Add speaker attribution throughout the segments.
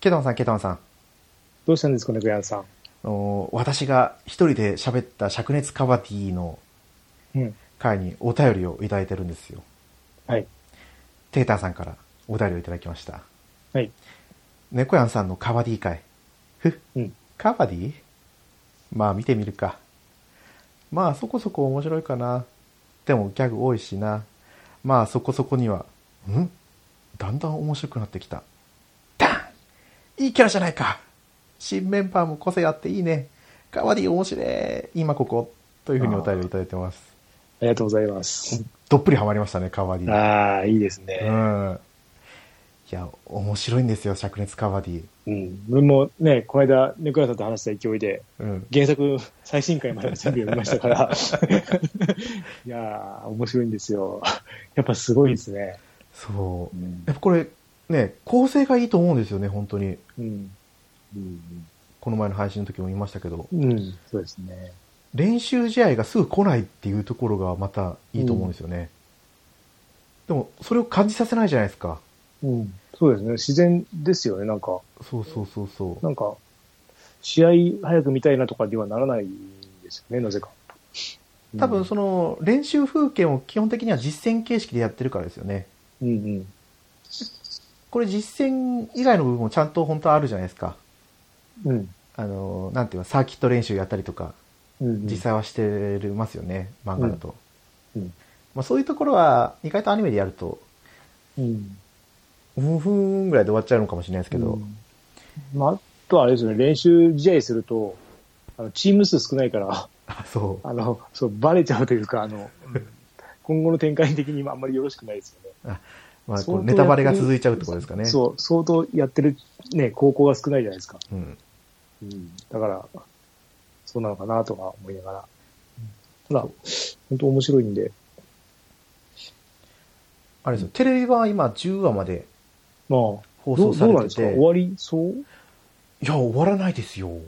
Speaker 1: ケトンさん、ケトンさん。
Speaker 2: どうしたんですかね、グヤンさん。
Speaker 1: あの私が一人で喋った灼熱カバティの
Speaker 2: うん。
Speaker 1: 回にお便りをいただいてるんですよ。
Speaker 2: はい。
Speaker 1: テーターさんからお便りをいただきました。
Speaker 2: はい。
Speaker 1: 猫やんさんのカバディ会。ふっ、
Speaker 2: うん。
Speaker 1: カバディまあ見てみるか。まあそこそこ面白いかな。でもギャグ多いしな。まあそこそこには、んだんだん面白くなってきた。ダンいいキャラじゃないか新メンバーも個性あっていいね。カバディ面白い今ここ。というふうにお便りをいただいてます。
Speaker 2: ありがとうございます。
Speaker 1: どっぷりハマりましたね、カバディ。
Speaker 2: ああ、いいです
Speaker 1: う
Speaker 2: ね。
Speaker 1: ん。いや、面白いんですよ、灼熱カバディ。
Speaker 2: うん。俺もね、この間、ネクラさんと話した勢いで、
Speaker 1: うん。
Speaker 2: 原作最新回まで全部読みました から。いやー、面白いんですよ。やっぱすごいですね。
Speaker 1: そうう。
Speaker 2: ん
Speaker 1: やっぱこれ、ね、構成がいいと思うんですよね、本当に。
Speaker 2: うん。うん。
Speaker 1: この前の配信の時も言いましたけど。
Speaker 2: うん。そうですね。
Speaker 1: 練習試合がすぐ来ないっていうところがまたいいと思うんですよね。でも、それを感じさせないじゃないですか。
Speaker 2: うん。そうですね。自然ですよね。なんか、
Speaker 1: そうそうそうそう。
Speaker 2: なんか、試合早く見たいなとかにはならないんですよね、なぜか。
Speaker 1: 多分その練習風景を基本的には実践形式でやってるからですよね。
Speaker 2: うん、うんうん。
Speaker 1: これ実践以外の部分もちゃんと本当はあるじゃないですか。
Speaker 2: うん。
Speaker 1: あの、なんていうの、サーキット練習やったりとか、
Speaker 2: うん
Speaker 1: 実際はしてますよね、漫画だと。
Speaker 2: うんうん
Speaker 1: まあ、そういうところは、意外とアニメでやると、
Speaker 2: うん、
Speaker 1: ふんふんぐらいで終わっちゃうのかもしれないですけど、
Speaker 2: うんまあ、あとはあれですよね、練習試合すると、あのチーム数少ないから、
Speaker 1: あそう。
Speaker 2: あのそうバレちゃうというか、あの今後の展開的にもあんまりよろしくないですよね。
Speaker 1: まあ、
Speaker 2: 相当
Speaker 1: こうネタバレが続いちゃうところですかね。
Speaker 2: そう、相当やってる、ね、高校が少ないじゃないですか。
Speaker 1: うん。
Speaker 2: うん、だから、そうなのかなとか思いながら。ただ、本当面白いんで、
Speaker 1: あれですよ、テレビ版は今10話まで
Speaker 2: まあ、
Speaker 1: 放
Speaker 2: ど
Speaker 1: 送
Speaker 2: うど
Speaker 1: さ
Speaker 2: うなん
Speaker 1: れ
Speaker 2: で
Speaker 1: て
Speaker 2: すか
Speaker 1: て、
Speaker 2: 終わりそう
Speaker 1: いや、終わらないですよ。
Speaker 2: や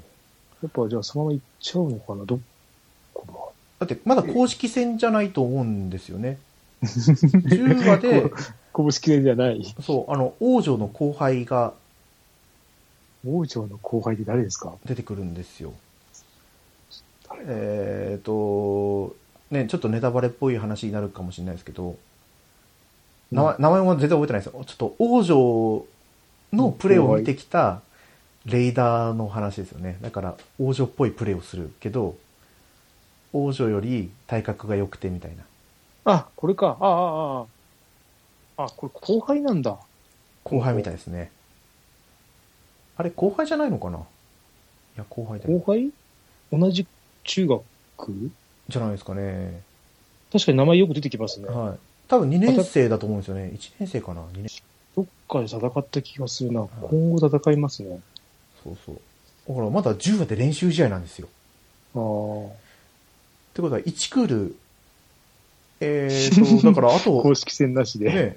Speaker 2: っぱじゃあそのまま行っちゃうのかなどこ
Speaker 1: だって、まだ公式戦じゃないと思うんですよ ね。10話で、
Speaker 2: こぶしきれじゃない。
Speaker 1: そう、あの、王女の後輩が
Speaker 2: 王朝の後輩って誰ですか
Speaker 1: 出てくるんですよ。えっ、と、ね、ちょっとネタバレっぽい話になるかもしれないですけど、名前名前も全然覚えてないですよ。ちょっと王女のプレーを見てきたレイダーの話ですよね。だから王女っぽいプレーをするけど、王女より体格が良くてみたいな。
Speaker 2: あ、これか。ああ、ああ。あ、これ後輩なんだ。
Speaker 1: 後輩みたいですね。あれ、後輩じゃないのかないや、後輩だ
Speaker 2: 後
Speaker 1: よ
Speaker 2: 輩同じ中学
Speaker 1: じゃないですかね。
Speaker 2: 確かに名前よく出てきますね。
Speaker 1: はい。多分2年生だと思うんですよね。1年生かな ?2 年
Speaker 2: どっかで戦った気がするな。今後戦いますね。
Speaker 1: そうそう。だからまだ10話で練習試合なんですよ。
Speaker 2: ああ。
Speaker 1: ってことは1クール、えー と、だからあと
Speaker 2: 公、式戦なしで、
Speaker 1: ね、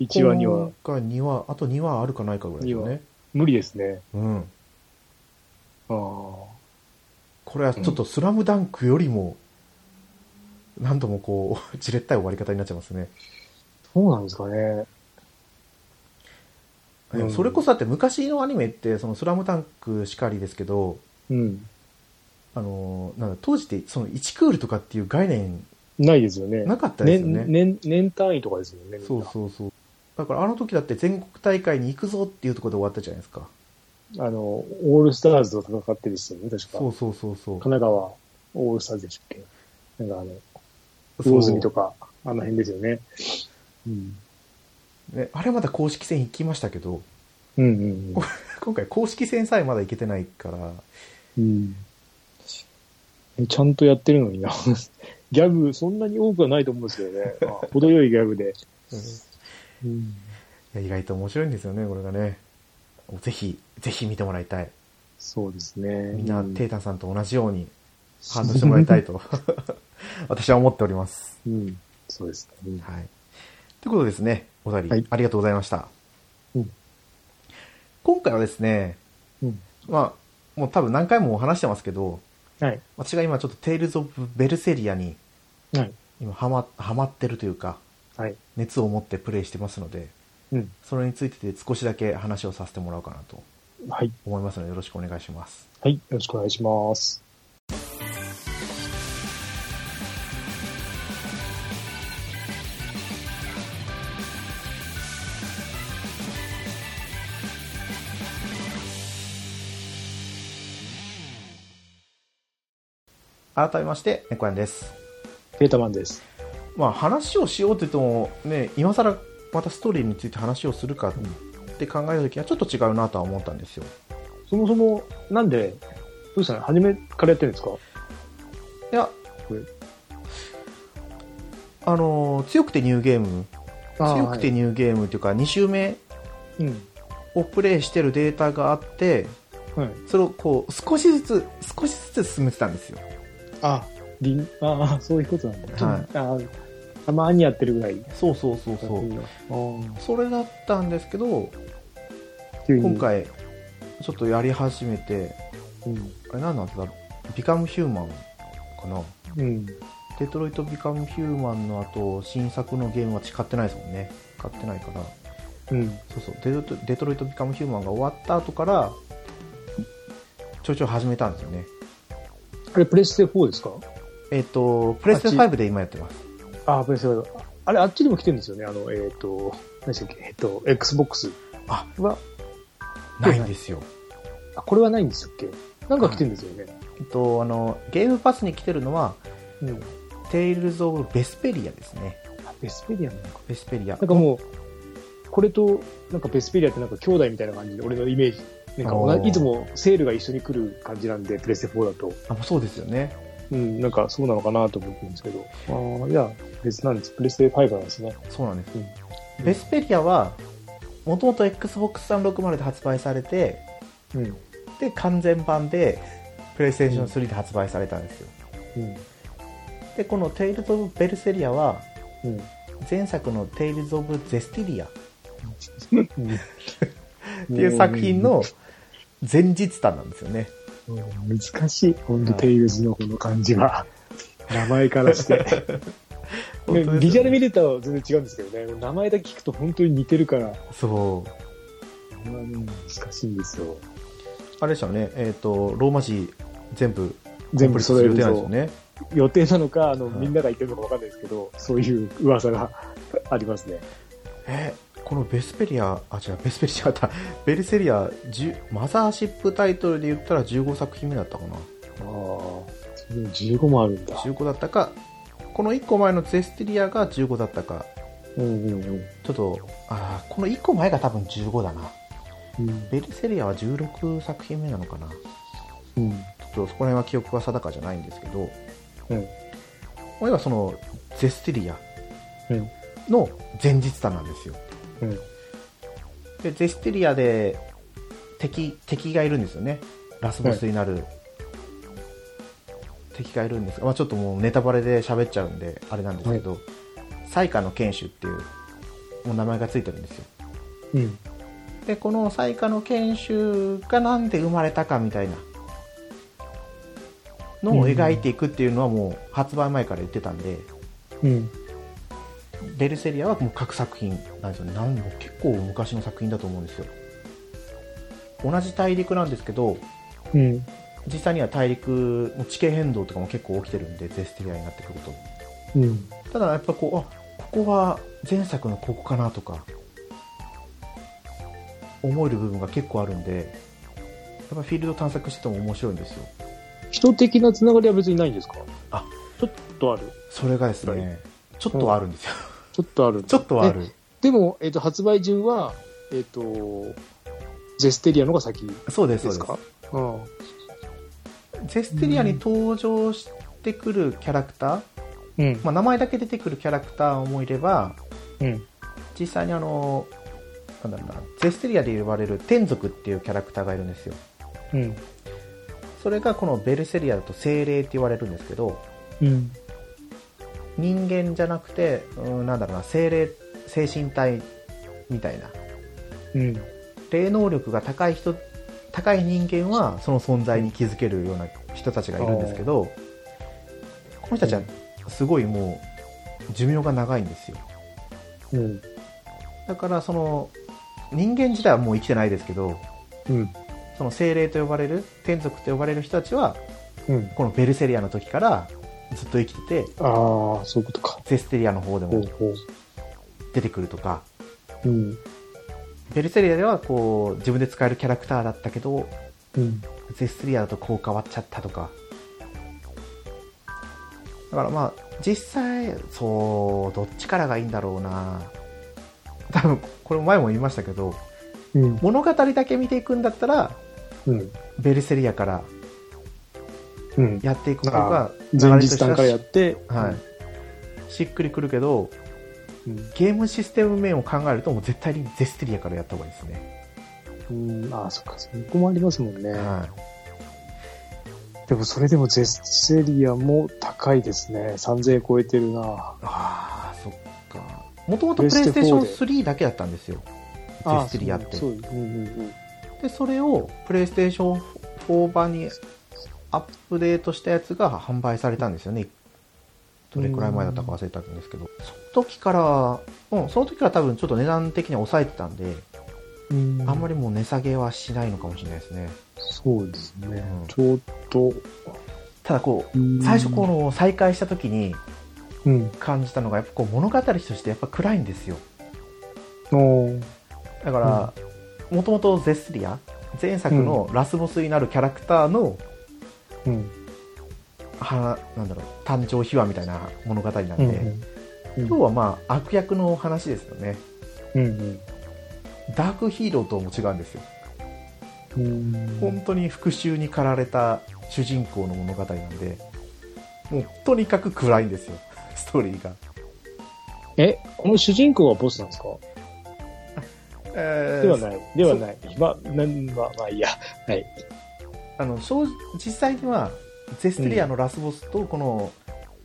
Speaker 2: 1話、2話。
Speaker 1: か2話、あと2話あるかないかぐらいですよね。
Speaker 2: 無理ですね。
Speaker 1: うん。
Speaker 2: ああ。
Speaker 1: これはちょっとスラムダンクよりも、何度もこう、 じれったい終わり方になっちゃいますね。
Speaker 2: そうなんですかね。うん
Speaker 1: それこそだって昔のアニメって、そのスラムダンクしかりですけど、
Speaker 2: うん。
Speaker 1: あのーなんだ当時ってその1クールとかっていう概念
Speaker 2: ないですよね。
Speaker 1: なかったですよね。
Speaker 2: 年、年、年単位とかですよね。みんな
Speaker 1: そうそうそう。だからあの時だって全国大会に行くぞっていうところで終わったじゃないですか。
Speaker 2: あの、オールスターズと戦ってですよね、確か。
Speaker 1: そうそうそうそう。
Speaker 2: 神奈川オールスターズでしたっけなんかあの、
Speaker 1: そう
Speaker 2: 魚住とか、あの辺ですよね。うん。
Speaker 1: ね、あれまだ公式戦行きましたけど、
Speaker 2: うんうんうん
Speaker 1: 今回公式戦さえまだ行けてないから、
Speaker 2: うん。えちゃんとやってるのにな。 ギャグ、そんなに多くはないと思うんですけどね。 まあ程よいギャグで。うん。
Speaker 1: いや意外と面白いんですよね、これがね。ぜひ、ぜひ見てもらいたい。
Speaker 2: そうですね。
Speaker 1: みんな、
Speaker 2: うん
Speaker 1: テータンさんと同じように反応してもらいたい と、私は思っております。
Speaker 2: うん。そうですね。うん
Speaker 1: はい。ということですね、お便り、
Speaker 2: はい
Speaker 1: ありがとうございました。
Speaker 2: うん
Speaker 1: 今回はですね、
Speaker 2: うん。
Speaker 1: まあ、もう多分何回も話してますけど、
Speaker 2: はい。
Speaker 1: 私が今ちょっとテイルズ・オブ・ベルセリアに
Speaker 2: はい。
Speaker 1: 今ハマ、ハマってるというか、
Speaker 2: はい。
Speaker 1: 熱を持ってプレイしてますので、
Speaker 2: うん。
Speaker 1: それについて少しだけ話をさせてもらおうかなと
Speaker 2: はい。
Speaker 1: 思いますのでよろしくお願いします。
Speaker 2: はい。よろしくお願いします。
Speaker 1: 改めまして、猫やんです。
Speaker 2: ペーターマンです。
Speaker 1: まあ話をしようと言っても、ね、今更またストーリーについて話をするかって考えた時はちょっと違うなとは思ったんですよ。
Speaker 2: そもそも、なんで、どうしたの初めからやってるんですか
Speaker 1: いや
Speaker 2: これ、
Speaker 1: あのー強くてニューゲーム、強くてニューゲームというか2周目
Speaker 2: はい、うん。
Speaker 1: をプレイしてるデータがあって、
Speaker 2: はい。
Speaker 1: それをこう少しずつ少しずつ進めてたんですよ。
Speaker 2: あ、りん、ああ、 そういうことなんだ。
Speaker 1: はい
Speaker 2: い。あたまにやってるぐらい。
Speaker 1: そうそうそうそう。
Speaker 2: う。
Speaker 1: それだったんですけど、
Speaker 2: 急に
Speaker 1: 今、回ちょっとやり始めて、
Speaker 2: うん。
Speaker 1: あれ何なんだろう、ビカムヒューマンかな。
Speaker 2: うん。
Speaker 1: デトロイト・ビカム・ヒューマンの後新作のゲームは買ってないですもんね買ってないから
Speaker 2: うん。
Speaker 1: そうそうデトデトロイト・ビカム・ヒューマンが終わった後からちょいちょい始めたんですよね
Speaker 2: あれ、プレステ4ですか
Speaker 1: えっ、とプレステ
Speaker 2: あ
Speaker 1: 5で今やってます
Speaker 2: ああ、プレステ4。あれ、あっちでも来てるんですよね。あの、えっ、と、何でしたっけ、えっ、と、Xbox
Speaker 1: あ
Speaker 2: は、
Speaker 1: ないんですよ
Speaker 2: あ、これはないんですっけなんか来てるんですよね。
Speaker 1: えっとあのゲームパスに来てるのは
Speaker 2: うん。
Speaker 1: 「テイルズ・オブ・ベスペリア」ですね
Speaker 2: あベスペリアなのか。
Speaker 1: ベスペリア
Speaker 2: なんかもう、これと、なんかベスペリアってなんか兄弟みたいな感じで、俺のイメージ。なんか
Speaker 1: あ
Speaker 2: 同
Speaker 1: ー
Speaker 2: じ、いつもセールが一緒に来る感じなんで、プレステ4だと。
Speaker 1: あもうそうですよね
Speaker 2: うん、なんかそうなのかなと思ってるんですけど。ああ、いや、別なんです。プレステ5なんですね。
Speaker 1: そうなんです、
Speaker 2: うん
Speaker 1: ベスペリアはもともと XBOX360 で発売されて
Speaker 2: うん。う
Speaker 1: で完全版でプレイステーション3で発売されたんですよ、
Speaker 2: ん。
Speaker 1: でこの「テイルズ・オブ・ベルセリア」は
Speaker 2: うん。
Speaker 1: 前作の「テイルズ・オブ・ゼスティリア」っ
Speaker 2: って
Speaker 1: ていう作品、の前日談なんですよね
Speaker 2: うん難しい。本当
Speaker 1: はい
Speaker 2: テイルズのこの感じは。名前からして。
Speaker 1: 本当ですよね
Speaker 2: ビジュアル見てたら全然違うんですけどね。名前だけ聞くと本当に似てるから、
Speaker 1: そう
Speaker 2: うん難しいんですよ。
Speaker 1: あれでしたよねえっ、とローマ字全部
Speaker 2: 全部揃える
Speaker 1: 予定なんです
Speaker 2: と
Speaker 1: よ、ね
Speaker 2: 予定なのか、あの、
Speaker 1: はい
Speaker 2: みんなが言ってるのかわかんないですけど、そういう噂がありますね。
Speaker 1: えこのベスペリアあ違うベスペリア違った ベルセリア10マザーシップタイトルで言ったら15作品目だったかな
Speaker 2: ああ、15もあるんだ。
Speaker 1: 15だったかこの1個前のゼスティリアが15だったか
Speaker 2: うんうんうん。
Speaker 1: ちょっと、あーこの1個前が多分15だな。
Speaker 2: うん
Speaker 1: ベルセリアは16作品目なのかな。ちょ
Speaker 2: うん。
Speaker 1: っとそこら辺は記憶は定かじゃないんですけど、
Speaker 2: うん。
Speaker 1: まあ要はその、ゼスティリア
Speaker 2: うん
Speaker 1: の前日談なんですよ。
Speaker 2: うん。
Speaker 1: で、ゼスティリアで敵、敵がいるんですよね。ラスボスになる。敵がいるんですが、まあ、ちょっともうネタバレで喋っちゃうんであれなんですけど、サイカの剣士っていうもう名前がついてるんですよ
Speaker 2: うん。
Speaker 1: でこの雑賀の研修がなんで生まれたかみたいなのを描いていくっていうのはもう発売前から言ってたんで、
Speaker 2: うん。
Speaker 1: ベルセリアはもう各作品なんですよねなんも結構昔の作品だと思うんですよ同じ大陸なんですけど
Speaker 2: うん。
Speaker 1: 実際には大陸の地形変動とかも結構起きてるんでゼステリアになってくると
Speaker 2: うん。
Speaker 1: ただやっぱこうあここは前作のここかなとか思える部分が結構あるんでやっぱフィールド探索してても面白いんですよ
Speaker 2: 人的なつながりは別にないんですか
Speaker 1: あ、
Speaker 2: ちょっとある。
Speaker 1: それがですね、
Speaker 2: は
Speaker 1: ちょっとはあるんです よ
Speaker 2: ちょっとある。
Speaker 1: ちょっとはある
Speaker 2: でも、えっ、と、発売順は、えっ、と、ゼステリアのが先で
Speaker 1: そうですそう
Speaker 2: す
Speaker 1: で
Speaker 2: かうん。
Speaker 1: すゼステリアに登場してくるキャラクター、
Speaker 2: うん。
Speaker 1: まあ、名前だけ出てくるキャラクターもいれば
Speaker 2: うん。
Speaker 1: 実際にあのなんだろうなゼステリアで呼ばれる天族っていうキャラクターがいるんですよ
Speaker 2: うん。
Speaker 1: それがこのベルセリアだと精霊って言われるんですけど
Speaker 2: うん。
Speaker 1: 人間じゃなくて、うん、なんだろうな精霊精神体みたいな
Speaker 2: うん。
Speaker 1: 霊能力が高い人高い人間はその存在に気づけるような人たちがいるんですけどこの人たちはすごいもう寿命が長いんですよ
Speaker 2: うん。
Speaker 1: だからその人間自体はもう生きてないですけど
Speaker 2: うん。
Speaker 1: その精霊と呼ばれる天族と呼ばれる人たちは
Speaker 2: うん。
Speaker 1: このベルセリアの時からずっと生きてて
Speaker 2: ああ、そういうことか。
Speaker 1: ゼステリアの方で
Speaker 2: ほう
Speaker 1: も
Speaker 2: ほ
Speaker 1: 出てくるとか、
Speaker 2: う。うん。
Speaker 1: ベルセリアではこう自分で使えるキャラクターだったけど
Speaker 2: うん。
Speaker 1: ゼステリアだとこう変わっちゃったとかだからまあ実際そうどっちからがいいんだろうな多分これ前も言いましたけど
Speaker 2: うん。
Speaker 1: 物語だけ見ていくんだったら
Speaker 2: うん。
Speaker 1: ベルセリアから
Speaker 2: うん。
Speaker 1: やっていく方が
Speaker 2: 前日段からやって、
Speaker 1: はい、しっくりくるけど
Speaker 2: うん。
Speaker 1: ゲームシステム面を考えるともう絶対にゼステリアからやった方がいいですね、
Speaker 2: うん。ああ、そっか。そこもありますもんね。
Speaker 1: はい、
Speaker 2: でもそれでもゼスセリアも高いですね。3000円超えてるな。
Speaker 1: ああそっかもともとプレイステーション3だけだったんですよゼステリアって
Speaker 2: そう。そううんうん
Speaker 1: でそれをプレイステーション4版にアップデートしたやつが販売されたんですよねどれくらい前だったか忘れたんですけどその時からうんその時から多分ちょっと値段的には抑えてたんで
Speaker 2: うん。うん
Speaker 1: あんまりもう値下げはしないのかもしれないですね
Speaker 2: そうですね
Speaker 1: うん。
Speaker 2: ちょっと。
Speaker 1: ただこう
Speaker 2: うん
Speaker 1: 最初こ。の再開した時に
Speaker 2: うん。
Speaker 1: 感じたのがやっぱこう物語としてやっぱ暗いんですよ
Speaker 2: おー
Speaker 1: だからもともとゼスリア前作のラスボスになるキャラクターの
Speaker 2: うん。
Speaker 1: はなんだろう誕生秘話みたいな物語なん
Speaker 2: う
Speaker 1: で、
Speaker 2: ん。うん
Speaker 1: 今日はまあ悪役の話ですよね
Speaker 2: うん。
Speaker 1: ダークヒーローとも違うんですよ
Speaker 2: うん。
Speaker 1: 本当に復讐に駆られた主人公の物語なんでもうとにかく暗いんですよストーリーが、
Speaker 2: え、この主人公はボスなんですか
Speaker 1: えー
Speaker 2: ではない。ではない。ま、なん、ま、まあいいや。はい。
Speaker 1: あの正直実際にはゼステリアのラスボスとこの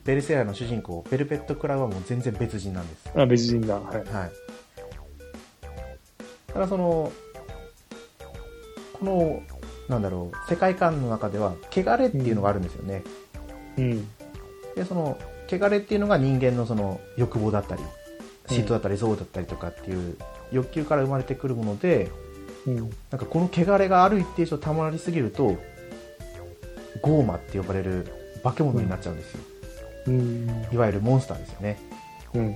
Speaker 1: ベルセリアの主人公、ベルベット・クラウはもう全然別人なんです、
Speaker 2: あ、別人だ。はい。
Speaker 1: はい、ただそのこのなんだろう世界観の中では汚れっていうのがあるんですよね、
Speaker 2: うん。
Speaker 1: でその汚れっていうのが人間のその欲望だったり嫉妬だったり憎悪だったりとかっていう欲求から生まれてくるもので
Speaker 2: うん。
Speaker 1: なんかこの汚れがある一定以上たまりすぎるとゴーマって呼ばれる化け物になっちゃうんですよ、
Speaker 2: うん。
Speaker 1: いわゆるモンスターですよね
Speaker 2: うん。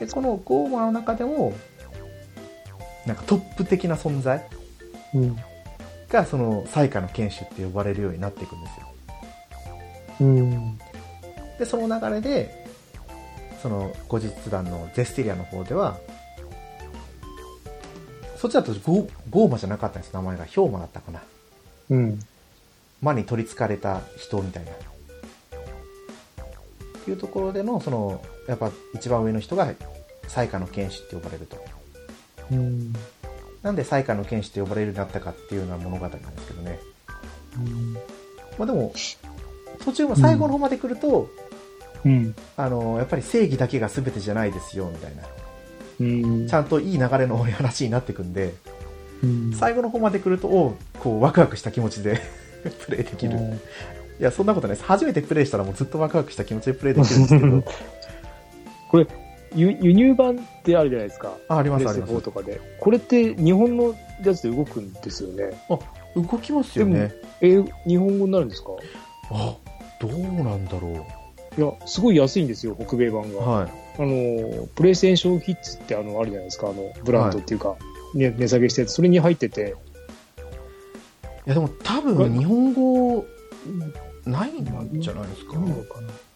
Speaker 1: でこのゴーマの中でもなんかトップ的な存在
Speaker 2: うん。
Speaker 1: がその最下の犬種って呼ばれるようになっていくんですよ
Speaker 2: うん。
Speaker 1: でその流れでその後日談のゼスティリアの方ではそっちだとゴーゴーマじゃなかったんです名前がヒョウマだったかな
Speaker 2: うん。
Speaker 1: 魔に取りつかれた人みたいなっていうところでのそのやっぱ一番上の人が最下の剣士って呼ばれると
Speaker 2: うん。
Speaker 1: なんで最下の剣士って呼ばれるようになったかっていうような物語なんですけどね、まあ、でも途中も最後の方まで来ると、
Speaker 2: うん。
Speaker 1: あのやっぱり正義だけが全てじゃないですよみたいな
Speaker 2: うん
Speaker 1: ちゃんといい流れの話になってくんで
Speaker 2: うん
Speaker 1: 最後の方まで来るとおうこうワクワクした気持ちで プレイできるいやそんなことないです初めてプレイしたらもうずっとワクワクした気持ちでプレイできるんですけど
Speaker 2: これ、輸輸入版ってあるじゃないですか。
Speaker 1: あありま
Speaker 2: レ
Speaker 1: す
Speaker 2: ー
Speaker 1: あ
Speaker 2: ス
Speaker 1: ります
Speaker 2: 4とかで。これって日本のやつで動くんですよね。
Speaker 1: 動きますよね
Speaker 2: え、日本語になるんですか
Speaker 1: あどうなんだろ
Speaker 2: いや、すごい安いんですよ、北米版
Speaker 1: う
Speaker 2: が。
Speaker 1: はい
Speaker 2: あの、プレイステーションヒッツってあの、あるじゃないですか、あの、ブランドっていうか、ね、値下げしたやつ、それに入ってて、
Speaker 1: いやでも多
Speaker 2: これ
Speaker 1: 分日本語ないんじゃないですか、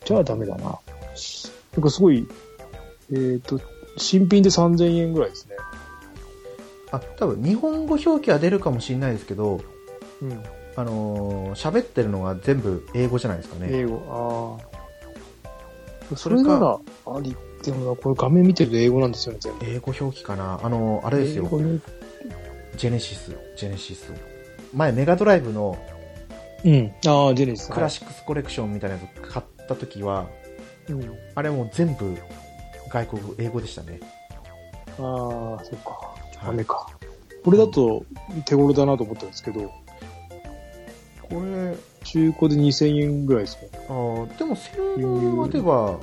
Speaker 2: じゃあダメだな。なんかすごい、えっ、と、新品で3000円ぐらいですね。
Speaker 1: あ多分日本語表記は出るかもしれないですけど
Speaker 2: うん。
Speaker 1: あのー喋ってるのが全部英語じゃないですかね
Speaker 2: 英語。ああ。そ
Speaker 1: そ
Speaker 2: れ
Speaker 1: れか
Speaker 2: なら、あり、でもな、これ画面見てると英語なんですよね、全部。
Speaker 1: 英語表記かなあのあれです
Speaker 2: 英
Speaker 1: よ
Speaker 2: 語に
Speaker 1: ジェネシスジェネシス前メガドライブの
Speaker 2: うん。ああ、ジェネシス。
Speaker 1: クラシックスコレクションみたいなやつ買った時は、
Speaker 2: うん。
Speaker 1: あれもう全部外国語英語でしたね、
Speaker 2: ああ、そっか。
Speaker 1: は
Speaker 2: ダ
Speaker 1: い
Speaker 2: メか。これだと手頃だなと思ったんですけど、
Speaker 1: これ
Speaker 2: 中古で2000円ぐらいですね。
Speaker 1: あーでも1000円までは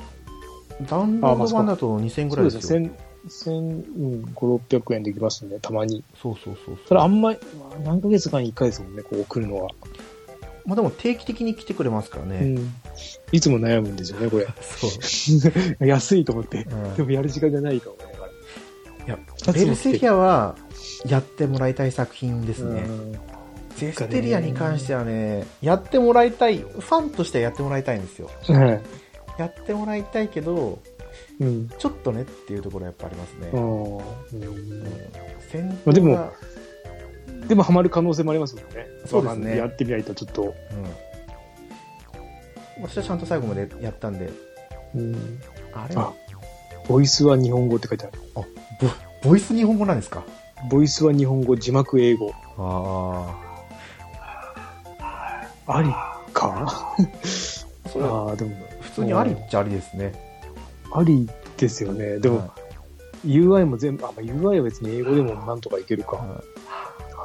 Speaker 1: ダウンロード版だと2000円ぐ
Speaker 2: そ
Speaker 1: ら
Speaker 2: う
Speaker 1: い
Speaker 2: で
Speaker 1: ですすよ
Speaker 2: ね。千、うん、5、600円できますんで、たまに。
Speaker 1: そうそうそう
Speaker 2: それあんまり、何ヶ月かに1回ですもんね、こう来るのは。
Speaker 1: まあ、でも定期的に来てくれますからね、
Speaker 2: うん。いつも悩むんですよね、これ。
Speaker 1: そう、
Speaker 2: 安いと思って。
Speaker 1: うん
Speaker 2: でもやる時間がないと思いながら。
Speaker 1: いや
Speaker 2: 二つ持って
Speaker 1: ベルセリアはやってもらいたい作品ですね、
Speaker 2: うん
Speaker 1: ゼステリアに関してはねやってもらいたいファンとしてはやってもらいたいんですよ
Speaker 2: はい。
Speaker 1: やってもらいたいけど
Speaker 2: うん。
Speaker 1: ちょっとねっていうところはやっぱありますね、
Speaker 2: あ
Speaker 1: うん
Speaker 2: ーうん
Speaker 1: 戦闘
Speaker 2: まあ
Speaker 1: が
Speaker 2: でもでもハマる可能性もありますもんね。
Speaker 1: そうですね
Speaker 2: やってみないとちょっと。
Speaker 1: うん、私はちゃんと最後までやったんで
Speaker 2: うん。
Speaker 1: あれ
Speaker 2: あ
Speaker 1: は、
Speaker 2: ボイスは日本語って書いてある。
Speaker 1: ボボイス日本語なんですか
Speaker 2: ボイスは日本語、字幕英語。
Speaker 1: あ
Speaker 2: ありか
Speaker 1: あそれは
Speaker 2: ああ、でも、
Speaker 1: 普通にありっちゃありですね
Speaker 2: ありですよね。でも、
Speaker 1: は
Speaker 2: UI も全部、あ、まあ、UI は別に英語でもなんとかいける
Speaker 1: い
Speaker 2: か。
Speaker 1: はい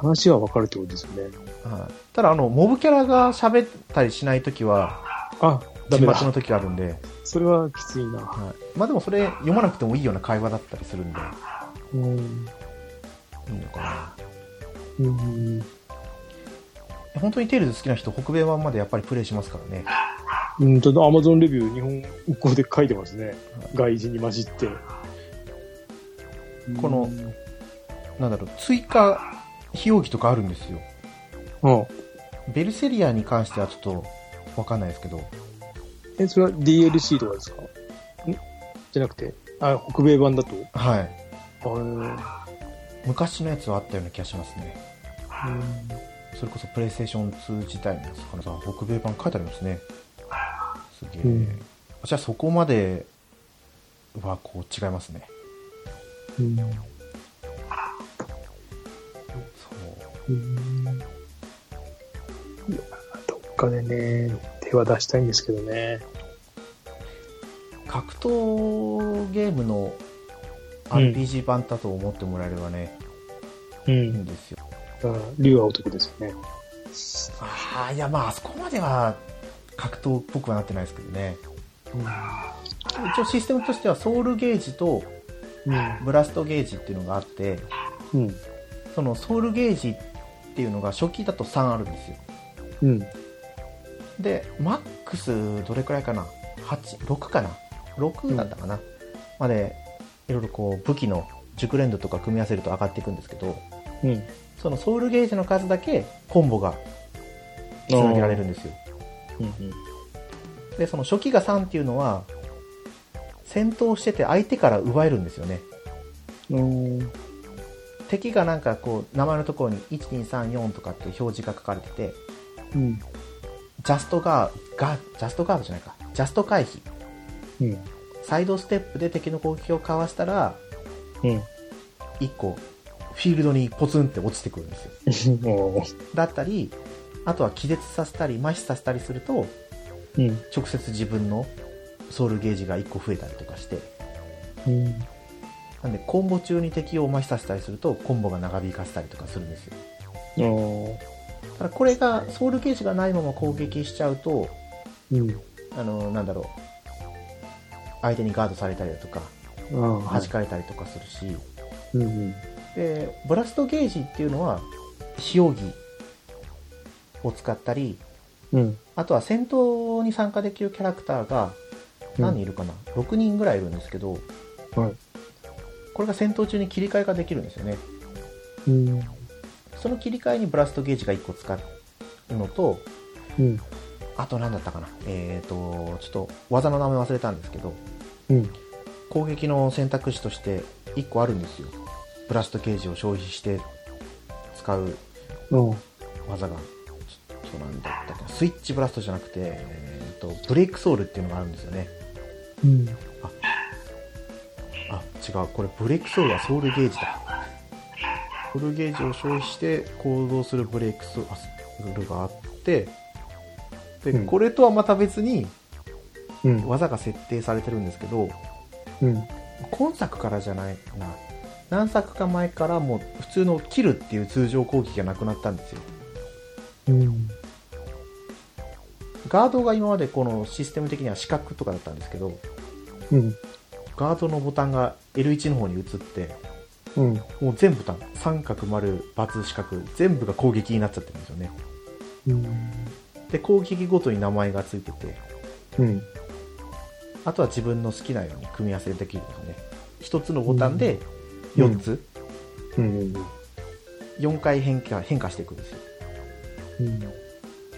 Speaker 2: 話はわかるってことですよね。
Speaker 1: はいただあのモブキャラが喋ったりしない時は
Speaker 2: あ、ダ
Speaker 1: 字
Speaker 2: メ
Speaker 1: 幕の
Speaker 2: だ。
Speaker 1: 時があるんで、
Speaker 2: それはきついな。
Speaker 1: はい、まあでもそれ読まなくてもいいような会話だったりするんで
Speaker 2: うん。
Speaker 1: いいのか
Speaker 2: うん。
Speaker 1: な本当にテイルズ好きな人北米版までやっぱりプレイしますからね
Speaker 2: うんと、アマゾンレビュー日本語で書いてますね。外人に混じって。
Speaker 1: この
Speaker 2: うん
Speaker 1: なんだろう追加費用費とかあるんですよ
Speaker 2: うん。
Speaker 1: ベルセリアに関してはちょっと分かんないですけど
Speaker 2: え、それは DLC とかですかんじゃなくて、あ、北米版だと。
Speaker 1: はい
Speaker 2: あ
Speaker 1: 昔のやつはあったような気がしますね
Speaker 2: あ、うん
Speaker 1: それこそプレイステーション2自体の魚さん北米版書いてありますねすげえ、
Speaker 2: うん
Speaker 1: 私はそこまではこう違いますね
Speaker 2: うん。
Speaker 1: そう
Speaker 2: うんいやどっかでね、手は出したいんですけどね。
Speaker 1: 格闘ゲームの RPG 版だと思ってもらえればね、
Speaker 2: う
Speaker 1: いい
Speaker 2: ん。
Speaker 1: んですよ
Speaker 2: 竜はお得ですよね。
Speaker 1: ああいやまああそこまでは格闘っぽくはなってないですけどね一応システムとしてはソウルゲージと
Speaker 2: うん。
Speaker 1: ブラストゲージっていうのがあって
Speaker 2: うん。
Speaker 1: そのソウルゲージっていうのが初期だと3あるんですよ
Speaker 2: うん。
Speaker 1: でマックスどれくらいかな86かな6だったかな、までいろいろこう武器の熟練度とか組み合わせると上がっていくんですけど
Speaker 2: うん。
Speaker 1: そのソウルゲージの数だけコンボがつなげられるんですよ
Speaker 2: うん。
Speaker 1: でその初期が3っていうのは戦闘してて相手から奪えるんですよね
Speaker 2: うん。
Speaker 1: 敵がなんかこう名前のところに1234とかって表示が書かれてて
Speaker 2: うん。
Speaker 1: ジャストガーガジャストガードじゃないかジャスト回避
Speaker 2: うん。
Speaker 1: サイドステップで敵の攻撃をかわしたら
Speaker 2: うん。
Speaker 1: 1個フィールドにポツンって落ちてくるんですよだったりあとは気絶させたり麻痺させたりすると
Speaker 2: うん。
Speaker 1: 直接自分のソウルゲージが1個増えたりとかして
Speaker 2: うん。
Speaker 1: なんでコンボ中に敵を麻痺させたりするとコンボが長引かせたりとかするんですよただこれがソウルゲージがないまま攻撃しちゃうと
Speaker 2: うん。
Speaker 1: あのなんだろう相手にガードされたりだとか弾かれたりとかするし、
Speaker 2: うん。
Speaker 1: でブラストゲージっていうのは使用技を使ったり
Speaker 2: うん。
Speaker 1: あとは戦闘に参加できるキャラクターが何人いるかな、6人ぐらいいるんですけど、
Speaker 2: はい
Speaker 1: これが戦闘中に切り替えができるんですよね
Speaker 2: うん。
Speaker 1: その切り替えにブラストゲージが1個使うのと
Speaker 2: うん。
Speaker 1: あと何だったかなえっ、とちょっと技の名前忘れたんですけど
Speaker 2: うん。
Speaker 1: 攻撃の選択肢として1個あるんですよブラストゲージを消費して使う技がちょっとなんだったかなスイッチブラストじゃなくて、えー、とブレイクソウルっていうのがあるんですよね
Speaker 2: うん。
Speaker 1: あ違うこれブレイクソウルはソウルゲージだソウルゲージを消費して行動するブレイクソウルあソウルがあってで、
Speaker 2: うん
Speaker 1: これとはまた別に
Speaker 2: うん。
Speaker 1: 技が設定されてるんですけど
Speaker 2: うん。
Speaker 1: 今作からじゃないな何作か前からもう普通の切るっていう通常攻撃がなくなったんですよ
Speaker 2: うん。
Speaker 1: ガードが今までこのシステム的には四角とかだったんですけど
Speaker 2: うん。
Speaker 1: ガードのボタンが L1 の方に移って
Speaker 2: うん。
Speaker 1: もう全ボタン三角丸×四角全部が攻撃になっちゃってるんですよね
Speaker 2: うん。
Speaker 1: で攻撃ごとに名前がついてて
Speaker 2: うん。
Speaker 1: あとは自分の好きなように組み合わせできるんですよね一つのボタンで4つ、
Speaker 2: うん。
Speaker 1: 四4回変化変化していくんですよ
Speaker 2: うん。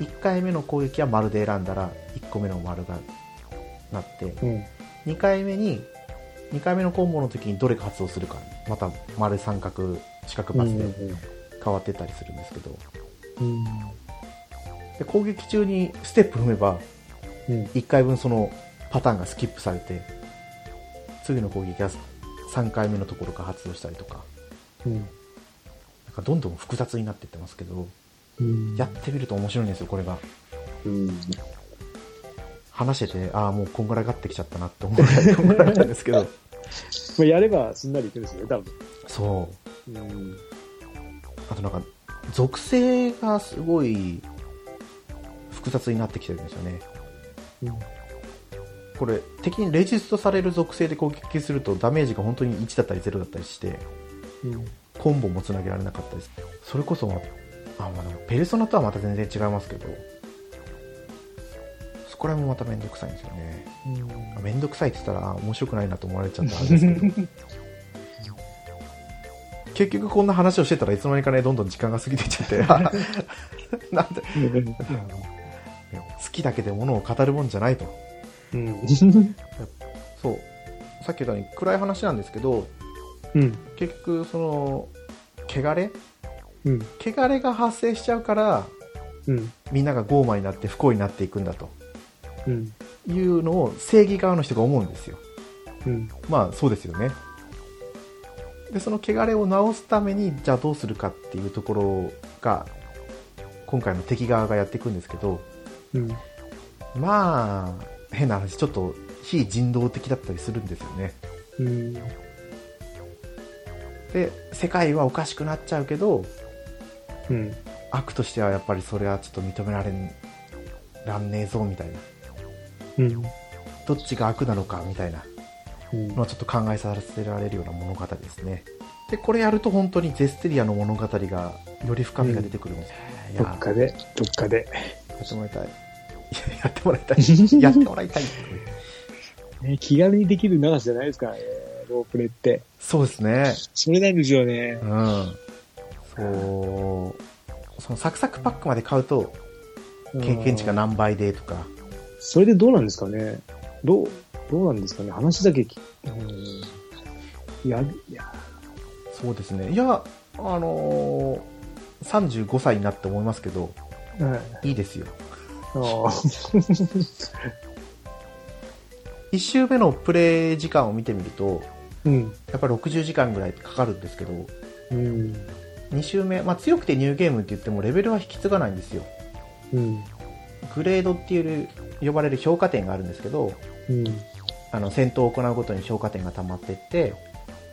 Speaker 1: 1回目の攻撃は丸で選んだら1個目の丸がなって
Speaker 2: うん。
Speaker 1: 2回目に2回目のコンボの時にどれが発動するかまた丸三角四角
Speaker 2: う
Speaker 1: ×で
Speaker 2: ん。
Speaker 1: 変わってったりするんですけど
Speaker 2: うん。
Speaker 1: で攻撃中にステップ踏めば
Speaker 2: うん。
Speaker 1: 1回分そのパターンがスキップされて次の攻撃が3回目のところから発動したりとか
Speaker 2: うん。
Speaker 1: なんかどんどん複雑になっていってますけど
Speaker 2: うん。
Speaker 1: やってみると面白いんですよこれが
Speaker 2: うん。
Speaker 1: 話しててああもうこんがらがってきちゃったなって思うぐらいこんがらがったんですけど
Speaker 2: まあ、やればすんなりいくんですよね、多分。
Speaker 1: そう
Speaker 2: うん。
Speaker 1: あとなんか属性がすごい複雑になってきてるんですよねこれ敵にレジストされる属性で攻撃するとダメージが本当に1だったり0だったりして
Speaker 2: うん。
Speaker 1: コンボもつなげられなかったりするそれこそあ、まあ、でもペルソナとはまた全然違いますけどそこら辺もまた面倒くさいんですよねあ面倒くさいって言ったらあ面白くないなと思われちゃったんですけど結局こんな話をしてたらいつの間にかねどんどん時間が過ぎていっちゃってあなんでいや好きだけで物を語るもんじゃないと
Speaker 2: うん。
Speaker 1: そうさっき言ったように暗い話なんですけど
Speaker 2: うん。
Speaker 1: 結局その汚れ
Speaker 2: うん。
Speaker 1: 汚れが発生しちゃうから
Speaker 2: うん。
Speaker 1: みんなが傲慢になって不幸になっていくんだと
Speaker 2: うん。
Speaker 1: いうのを正義側の人が思うんですよ
Speaker 2: うん。
Speaker 1: まあそうですよねでその汚れを直すためにじゃあどうするかっていうところが今回の敵側がやっていくんですけど
Speaker 2: うん。
Speaker 1: まあ変な話ちょっと非人道的だったりするんですよね
Speaker 2: うん。
Speaker 1: で世界はおかしくなっちゃうけど
Speaker 2: うん。
Speaker 1: 悪としてはやっぱりそれはちょっと認められんらんねえぞみたいな
Speaker 2: うん。
Speaker 1: どっちが悪なのかみたいな
Speaker 2: うん
Speaker 1: のはちょっと考えさせられるような物語ですねでこれやると本当にゼステリアの物語がより深みが出てくるんです、い
Speaker 2: ど
Speaker 1: や
Speaker 2: っかで、どっかで。
Speaker 1: やってもらいたいいややってもらいたいやってもらいたい
Speaker 2: ね、気軽にできる長さじゃないですか、ね、ロープレって。
Speaker 1: そうですね
Speaker 2: それなんですよね
Speaker 1: う。んそうそのサクサクパックまで買うと経験値が
Speaker 2: うん。
Speaker 1: 何倍でとか
Speaker 2: それでどうなんですかね。どう、どうなんですかね。話だけ聞うん。や、いや、
Speaker 1: そうですねいやあのー35歳になって思いますけど
Speaker 2: はい。
Speaker 1: いいですよ
Speaker 2: あー
Speaker 1: 1周目のプレイ時間を見てみると
Speaker 2: うん。
Speaker 1: やっぱり60時間ぐらいかかるんですけど
Speaker 2: うん。
Speaker 1: 2周目、まあ、強くてニューゲームって言ってもレベルは引き継がないんですよ
Speaker 2: うん。
Speaker 1: グレードっていう呼ばれる評価点があるんですけど
Speaker 2: うん。
Speaker 1: あの戦闘を行うごとに評価点が溜まってって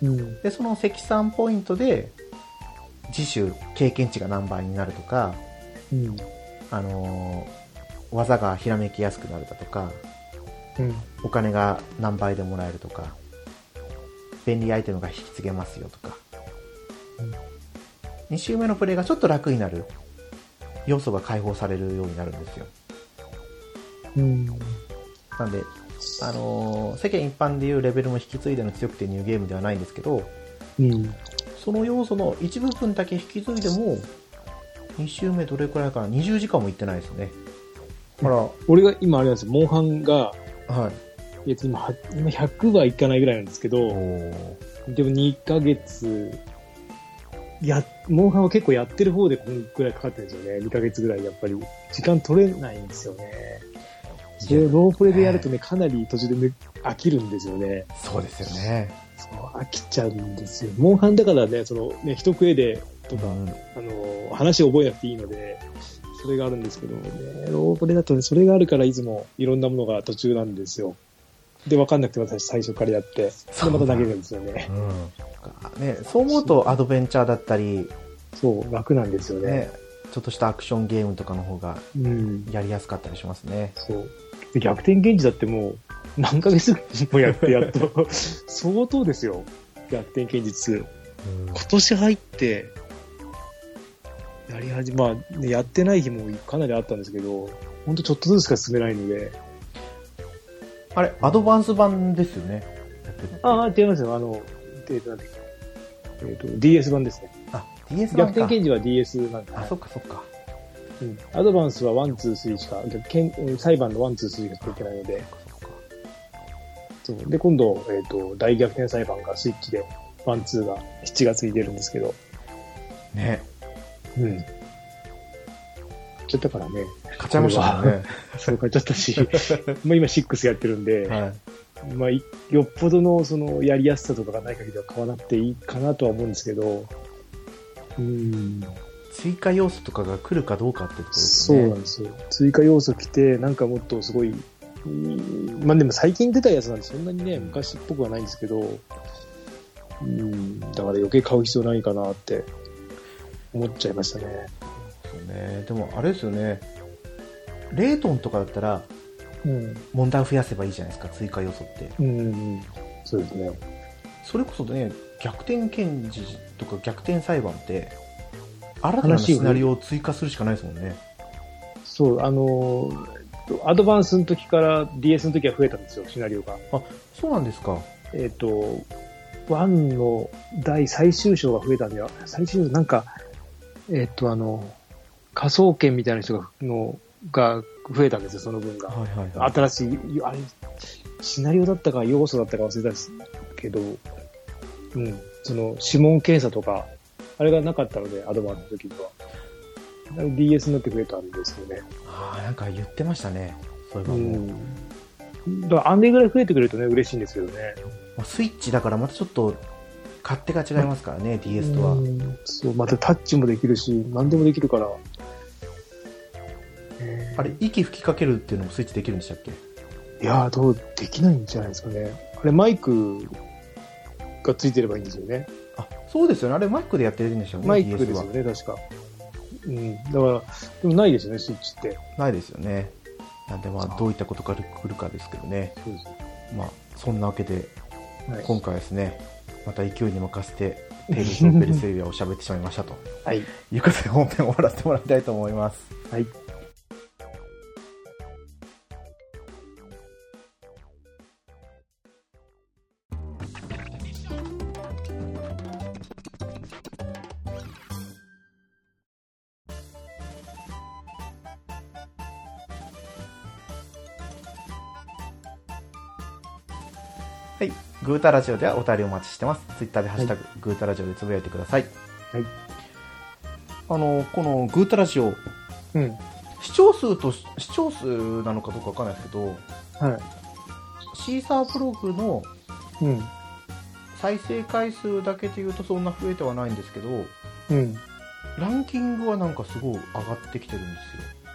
Speaker 2: うん。
Speaker 1: でその積算ポイントで次週経験値が何倍になるとか、
Speaker 2: うん。
Speaker 1: あのー技がひらめきやすくなるだとか
Speaker 2: うん。
Speaker 1: お金が何倍でもらえるとか便利アイテムが引き継げますよとか、2周目のプレイがちょっと楽になる要素が解放されるようになるんですよ
Speaker 2: うん。
Speaker 1: なんで、あのー世間一般でいうレベルも引き継いでの強くてニューゲームではないんですけど
Speaker 2: うん。
Speaker 1: その要素の一部分だけ引き継いでも2周目どれくらいかな20時間もいってないですねだか
Speaker 2: 俺が今あれなんですよ、モンハンが、
Speaker 1: らはい
Speaker 2: えっと今は、今100はいかないぐらいなんですけど、
Speaker 1: おー
Speaker 2: でも2ヶ月、や、モンハンは結構やってる方でこんくらいかかってるんですよね。2ヶ月ぐらいやっぱり。時間取れないんですよね。それをロープレでやるとね、かなり途中でね、飽きるんですよね。
Speaker 1: そうですよね
Speaker 2: そう、飽きちゃうんですよ。モンハンだからね、その、ね、一声で、とか、
Speaker 1: うん
Speaker 2: あの、話を覚えなくていいので、それがあるんですけどね、ロープレだとね、それがあるからいつもいろんなものが途中なんですよ。で、わかんなくて私最初からやって、
Speaker 1: そ
Speaker 2: で、
Speaker 1: う
Speaker 2: また投げるんですよね。
Speaker 1: うんね、そう思うとアドベンチャーだったり、
Speaker 2: そう、楽なんですよね。
Speaker 1: ね、ちょっとしたアクションゲームとかの方が
Speaker 2: うん。
Speaker 1: やりやすかったりしますね。
Speaker 2: そう。で逆転現地だってもう、何ヶ月もやって、やっと。 相当ですよ。逆転現実。
Speaker 1: うん
Speaker 2: 今年入って、やり始め、まあ、ねやってない日もかなりあったんですけど、ほんとちょっとずつしか進めないので、
Speaker 1: あれ、アドバンス版ですよね。やってるの
Speaker 2: ああ、違いますよ。あの、えっと、なんだっけえっと、DS 版ですね。
Speaker 1: あ、DS
Speaker 2: 逆
Speaker 1: 版
Speaker 2: 転
Speaker 1: か。
Speaker 2: 検事は DS なんで
Speaker 1: あ、そっかそっか。
Speaker 2: うんアドバンスは1、2、3しか、逆検えー裁判の1、2、3しか出てないので、
Speaker 1: そっか
Speaker 2: そう。で、今度、えっ、と、大逆転裁判がスイッチで、ワン、ツーが7月に出るんですけど、
Speaker 1: ね、
Speaker 2: うん。買っちゃったか らね、
Speaker 1: 買っちゃいましたもんね。
Speaker 2: それ買っちゃっ たし、まあ今6やってるんで、
Speaker 1: はい。
Speaker 2: まあいよっぽどの、その、やりやすさとかがない限りは買わなくていいかなとは思うんですけど、うん、
Speaker 1: 追加要素とかが来るかどうかってところです
Speaker 2: そ
Speaker 1: ね。
Speaker 2: うなんですよ。追加要素来て、なんかもっとすごい、うんまあでも最近出たやつなんでそんなにね、昔っぽくはないんですけど、うん、だから余計買う必要ないかなって思っちゃいましたね。
Speaker 1: そうね。でも、あれですよね。レートンとかだったら、
Speaker 2: うん。
Speaker 1: 問題を増やせばいいじゃないですか、追加要素って。
Speaker 2: うん、そうですね。
Speaker 1: それこそね、逆転検事とか逆転裁判って、新たなシナリオを追加するしかないですもんね。
Speaker 2: そう、あのー、アドバンスの時から DS の時は増えたんですよ、シナリオが。
Speaker 1: そうなんですか。
Speaker 2: えっ、と、1の第最終章が増えたんだよ。最終章、なんか、えっ、と、あの、仮想研みたいな人が、のが増えたんですよ、その分が。
Speaker 1: はいはいはい。
Speaker 2: 新しい、あれ、シナリオだったか要素だったか忘れたけど、うん、その指紋検査とか、あれがなかったので、アドバンスの時には。DS の時増えたんですよね。
Speaker 1: ああ、なんか言ってましたね。そういえば
Speaker 2: う
Speaker 1: もう。
Speaker 2: ん。だから、あんでぐらい増えてくれるとね、嬉しいんですけどね。
Speaker 1: まあスイッチだからまたちょっと勝手が違いますからね、DS とは。
Speaker 2: うんそう、またタッチもできるし、何でもできるから。えー
Speaker 1: あれ、息吹きかけるっていうのもスイッチできるんでしたっけ
Speaker 2: いやー、どう、できないんじゃないですかね。あれ、マイクがついてればいいんですよね。
Speaker 1: あ、そうですよね。あれマイクでやってるんでしょうね、
Speaker 2: マイクです
Speaker 1: DS
Speaker 2: よ
Speaker 1: は。
Speaker 2: ね、確か。うん。だから、でもないですよね、スイッチって。
Speaker 1: ないですよね。なんでまあ、どういったことが来るかですけどね。
Speaker 2: そうです。
Speaker 1: まあ、そんなわけで、
Speaker 2: はい。
Speaker 1: 今回はですね、また勢いに任せて、テイルズ・オブ・ペルセイアを喋ってしまいましたと。
Speaker 2: はい。
Speaker 1: いうことで、本編終わらせてもらいたいと思います。
Speaker 2: はい。
Speaker 1: はい。グータラジオではお便りお待ちしてます。ツイッターでハッシュタグ、グータラジオでつぶやいてください。
Speaker 2: はい。
Speaker 1: あの、このグータラジオ、
Speaker 2: うん。
Speaker 1: 視聴数と、視聴数なのかどうかわかんないですけど、
Speaker 2: は
Speaker 1: シーサーブログの
Speaker 2: い。うん。
Speaker 1: 再生回数だけで言うとそんな増えてはないんですけど、
Speaker 2: うん。
Speaker 1: ランキングはなんかすごい上がってきてるんで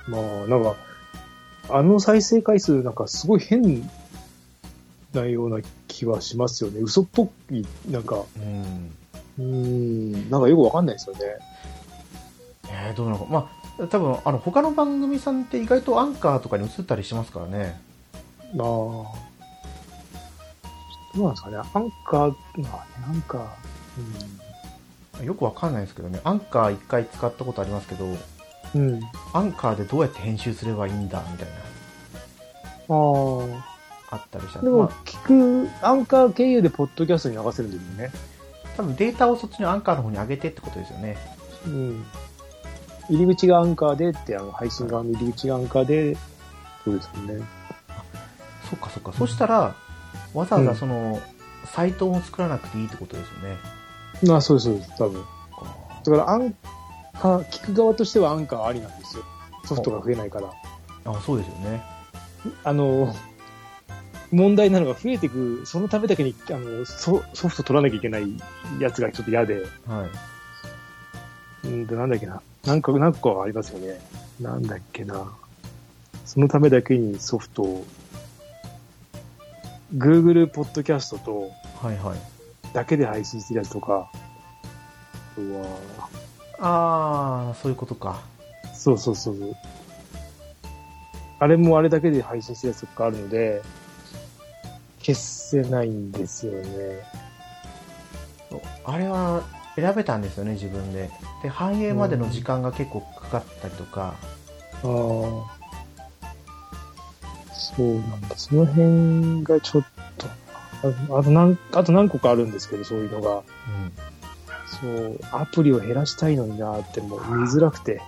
Speaker 2: まあ、なんか、あの再生回数、なんかすごい変なような気はしますよね。嘘っぽい、なんか、
Speaker 1: すよ。うん。
Speaker 2: うーん、なんかよくわかんないですよね。
Speaker 1: えー、どうなのか。まあ、多分、あの、他の番組さんって意外とアンカーとかに移ったりしますからね。
Speaker 2: まあ、どうなんですかね。アンカー、まあね、アンカー、
Speaker 1: よくわかんないですけどね。アンカー一回使ったことありますけど、
Speaker 2: うん。うん。
Speaker 1: アンカーでどうやって編集すればいいんだみたいな
Speaker 2: あ
Speaker 1: あったりした
Speaker 2: あ。
Speaker 1: ん
Speaker 2: で
Speaker 1: で、
Speaker 2: も
Speaker 1: ま、
Speaker 2: 聞く、アンカー経由でポッドキャストに流せるんですよね。
Speaker 1: あ、多分データをそっちのアンカーの方に上げてってことですよね
Speaker 2: うん。入り口がアンカーでって、あの、配信側の入り口がアンカーで、そうですよね。
Speaker 1: そっかそっかそしたらわざわざその、サイトを作らなくていいってことですよね
Speaker 2: まあ、そうです、そうです、多分。
Speaker 1: こ
Speaker 2: だからアンカー、聞く側としてはアンカーありなんですよ。ソフトが増えないから。
Speaker 1: うあそうですよね
Speaker 2: あの、問題なのが増えていく、そのためだけにあのソソフト取らなきゃいけないやつがちょっと嫌で、
Speaker 1: はい
Speaker 2: うんと、なんだっけな。なんか、何個かありますよね。なんだっけな。そのためだけにソフトを、Google ポッドキャストと
Speaker 1: はいはい
Speaker 2: だけで配信してるやつとか、あとは、
Speaker 1: ああそういうことか
Speaker 2: そうそうそう。あれもあれだけで配信してるやつとかあるので、消せないんですよね。
Speaker 1: あれは選べたんですよね自分でで反映までの時間が結構かかったりとか、
Speaker 2: ああ。そうなんだ。その辺がちょっと、ああと何、あと何個かあるんですけど、そういうのが。
Speaker 1: うん
Speaker 2: そう、アプリを減らしたいのになーってもう見づらくて。
Speaker 1: えす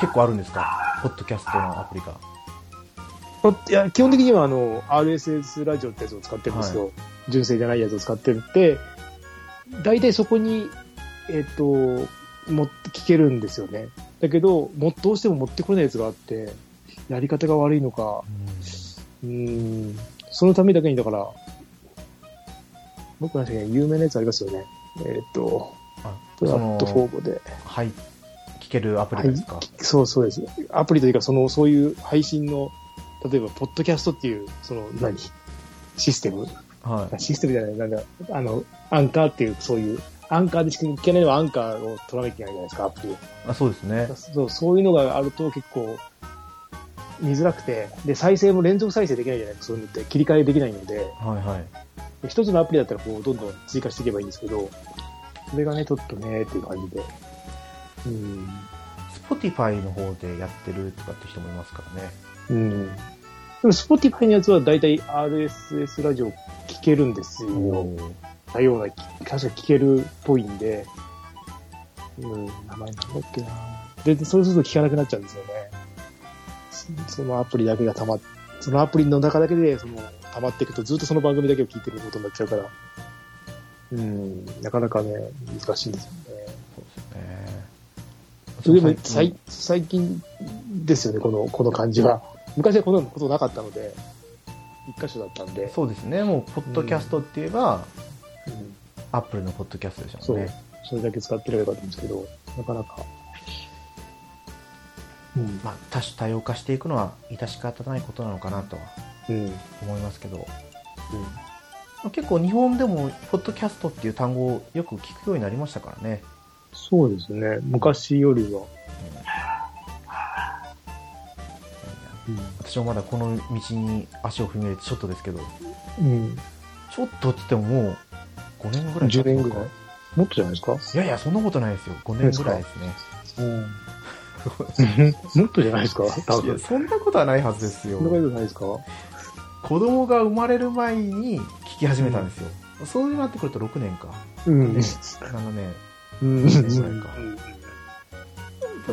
Speaker 1: 結構あるんですかポッドキャストのアプリが
Speaker 2: ほいや基本的にはあの RSS ラジオってやつを使ってるんですよ、純正じゃないやつを使ってるって大体そこに、えっとも聞けるんですよねだけどもどうしても持ってこれないやつがあってやり方が悪いのかうーんそのためだけにだから僕なんかね有名なやつありますよねえっ、と
Speaker 1: あ
Speaker 2: プ
Speaker 1: そ
Speaker 2: ラットフォ
Speaker 1: の
Speaker 2: ームで
Speaker 1: はい聞けるアプリですか、
Speaker 2: そうそうです。アプリというか、その、そういう配信の、例えば、ポッドキャストっていう、その、何システム
Speaker 1: はい
Speaker 2: システムじゃない、なんだ、あの、アンカーっていう、そういう、アンカーでしか聞けないのはアンカーを取らなきゃいけないじゃないですか、アプリを。
Speaker 1: あそうですね
Speaker 2: そう、そういうのがあると結構、見づらくて、で、再生も連続再生できないじゃないですか、そういうのって。切り替えできないので、
Speaker 1: はいはい
Speaker 2: 一つのアプリだったら、こう、どんどん追加していけばいいんですけど、それがね、ちょっとね、っていう感じで。うん。
Speaker 1: Spotify の方でやってるとかって人もいますからね
Speaker 2: うん。でも、Spotify のやつは大体 RSS ラジオ聞けるんですよ。
Speaker 1: お
Speaker 2: 多様な、確か聞けるっぽいんで、うん、名前なんだっけな。で、でそうすると聞かなくなっちゃうんですよね。そそのアプリだけがたまっ、そのアプリの中だけで、その、溜まっていくとずっとその番組だけを聞いてることになっちゃうから、うん、なかなかね、難しいんですよね。
Speaker 1: そうですね
Speaker 2: でも
Speaker 1: 近
Speaker 2: 最最近ですよね、このこの感じは。昔はこんなことなかったので、一箇所だったんで、
Speaker 1: そうですねもうポッドキャストって言えば、
Speaker 2: うん
Speaker 1: アップルのポッドキャストでしたもんね
Speaker 2: それだけ使ってればよかったんですけど、なかなか。うん、
Speaker 1: まあ多種多様化していくのは致し方ないことなのかなとは
Speaker 2: うん、うん。
Speaker 1: 思いますけど結構日本でもポッドキャストっていう単語をよく聞くようになりましたからね
Speaker 2: そうですね、昔よりは。
Speaker 1: 私もまだこの道に足を踏み入れてちょっとですけど
Speaker 2: うん、
Speaker 1: ちょっとっつってももう5年ぐらい
Speaker 2: 10年
Speaker 1: 経つの
Speaker 2: ぐら
Speaker 1: か
Speaker 2: いもっとじゃないで す
Speaker 1: い
Speaker 2: か、
Speaker 1: やいやそんなことないですよ5年ぐらいですね
Speaker 2: うん、もっとじゃないですか多
Speaker 1: いや
Speaker 2: 分。
Speaker 1: そんなことはないはずですよ
Speaker 2: そんなことないですか
Speaker 1: 子供が生まれる前に聞き始めたんですよ、そうなってくると6年か
Speaker 2: うん。うん。
Speaker 1: 7年
Speaker 2: うん。
Speaker 1: そうか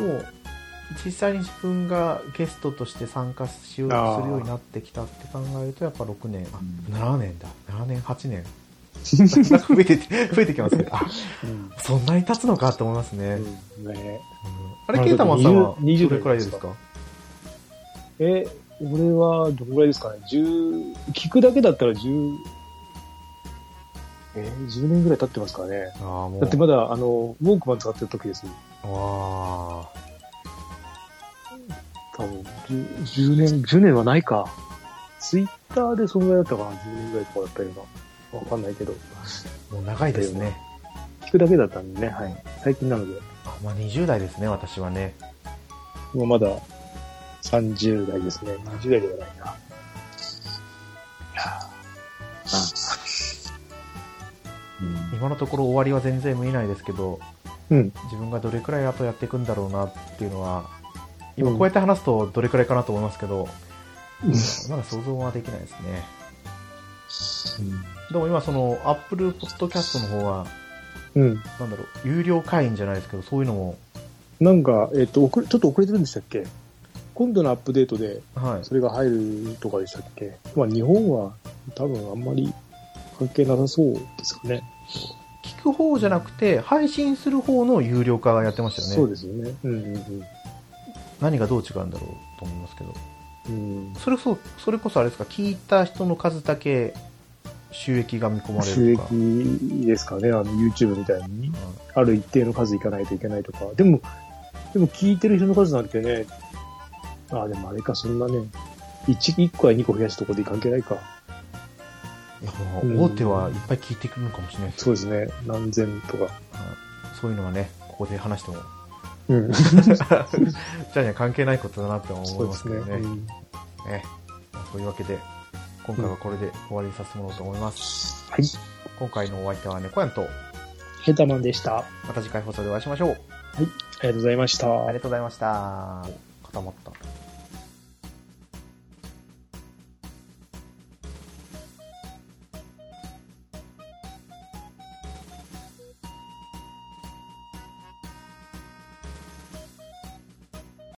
Speaker 1: でも実際に自分がゲストとして参加しよう
Speaker 2: あ
Speaker 1: す
Speaker 2: ー
Speaker 1: るようになってきたって考えるとやっぱ6年あ7年だ7年8年 なんか増えてて増えてき ますけどあ
Speaker 2: うん
Speaker 1: そんなに経つのかって思いますね、うん
Speaker 2: うんね
Speaker 1: あれケータマンさんは
Speaker 2: 20
Speaker 1: どれくらいですか
Speaker 2: え、俺はどこぐらいですかね ?10、聞くだけだったら10、えー、10年ぐらい経ってますからね。
Speaker 1: ああもう
Speaker 2: だってまだ、あの、ウォークマン使ってる時ですもん。
Speaker 1: あー
Speaker 2: 多分、10, 10年、10年はないか。ツイッターでそんぐらいだったかな ?10 年ぐらいとかだったような。わかんないけど。
Speaker 1: もう長いですね
Speaker 2: 聞くだけだったんでね、
Speaker 1: は
Speaker 2: はいい。最近なので、
Speaker 1: あまあ20代ですね私はね
Speaker 2: もうまだ30代ですね。20代ではないな。
Speaker 1: 今のところ終わりは全然見えないですけど
Speaker 2: うん。
Speaker 1: 自分がどれくらいあとやっていくんだろうなっていうのは今
Speaker 2: うん
Speaker 1: こうやって話すとどれくらいかなと思いますけど、まだ想像はできないですねでも今その Apple Podcast の方は
Speaker 2: うん。
Speaker 1: なんだろう有料会員じゃないですけどそういうのも
Speaker 2: なんか、えっ、と、遅れ、ちょっと遅れてるんでしたっけ今度のアップデートで、
Speaker 1: はい
Speaker 2: それが入るとかでしたっけまあ、日本は多分あんまり関係なさそうですよね。
Speaker 1: 聞く方じゃなくて配信する方の有料化がやってましたよね
Speaker 2: そうですよね。うんうん
Speaker 1: 何がどう違うんだろうと思いますけど
Speaker 2: うん。
Speaker 1: それこそそれこそあれですか聞いた人の数だけ収益が見込
Speaker 2: うん、
Speaker 1: まれ
Speaker 2: 収
Speaker 1: るとか、
Speaker 2: 益ですかね。あの、YouTube みたいに
Speaker 1: うん。
Speaker 2: ある一定の数いかないといけないとか。でも、でも聞いてる人の数なんてね、ああ、でもあれか、そんなね、1, 1個や2個増やすとこでいかんけないか。
Speaker 1: いやもう大手はいっぱい聞いてくるのかもしれないです
Speaker 2: そうですね。何千とか。
Speaker 1: そういうのはね、ここで話しても
Speaker 2: うん。
Speaker 1: じゃあには関係ないことだなって思
Speaker 2: そ
Speaker 1: いう
Speaker 2: で
Speaker 1: ますす
Speaker 2: ね。
Speaker 1: けどね。
Speaker 2: うん
Speaker 1: ねまあそういうわけで、今回はこれで終わりにさせてもらおうと思います。
Speaker 2: はい。
Speaker 1: 今回のお相手は猫やんと、
Speaker 2: ヘタマンでした。あ
Speaker 1: また次回放送でお会いしましょう。
Speaker 2: りがとうございました。
Speaker 1: ありがとうございました。固まった。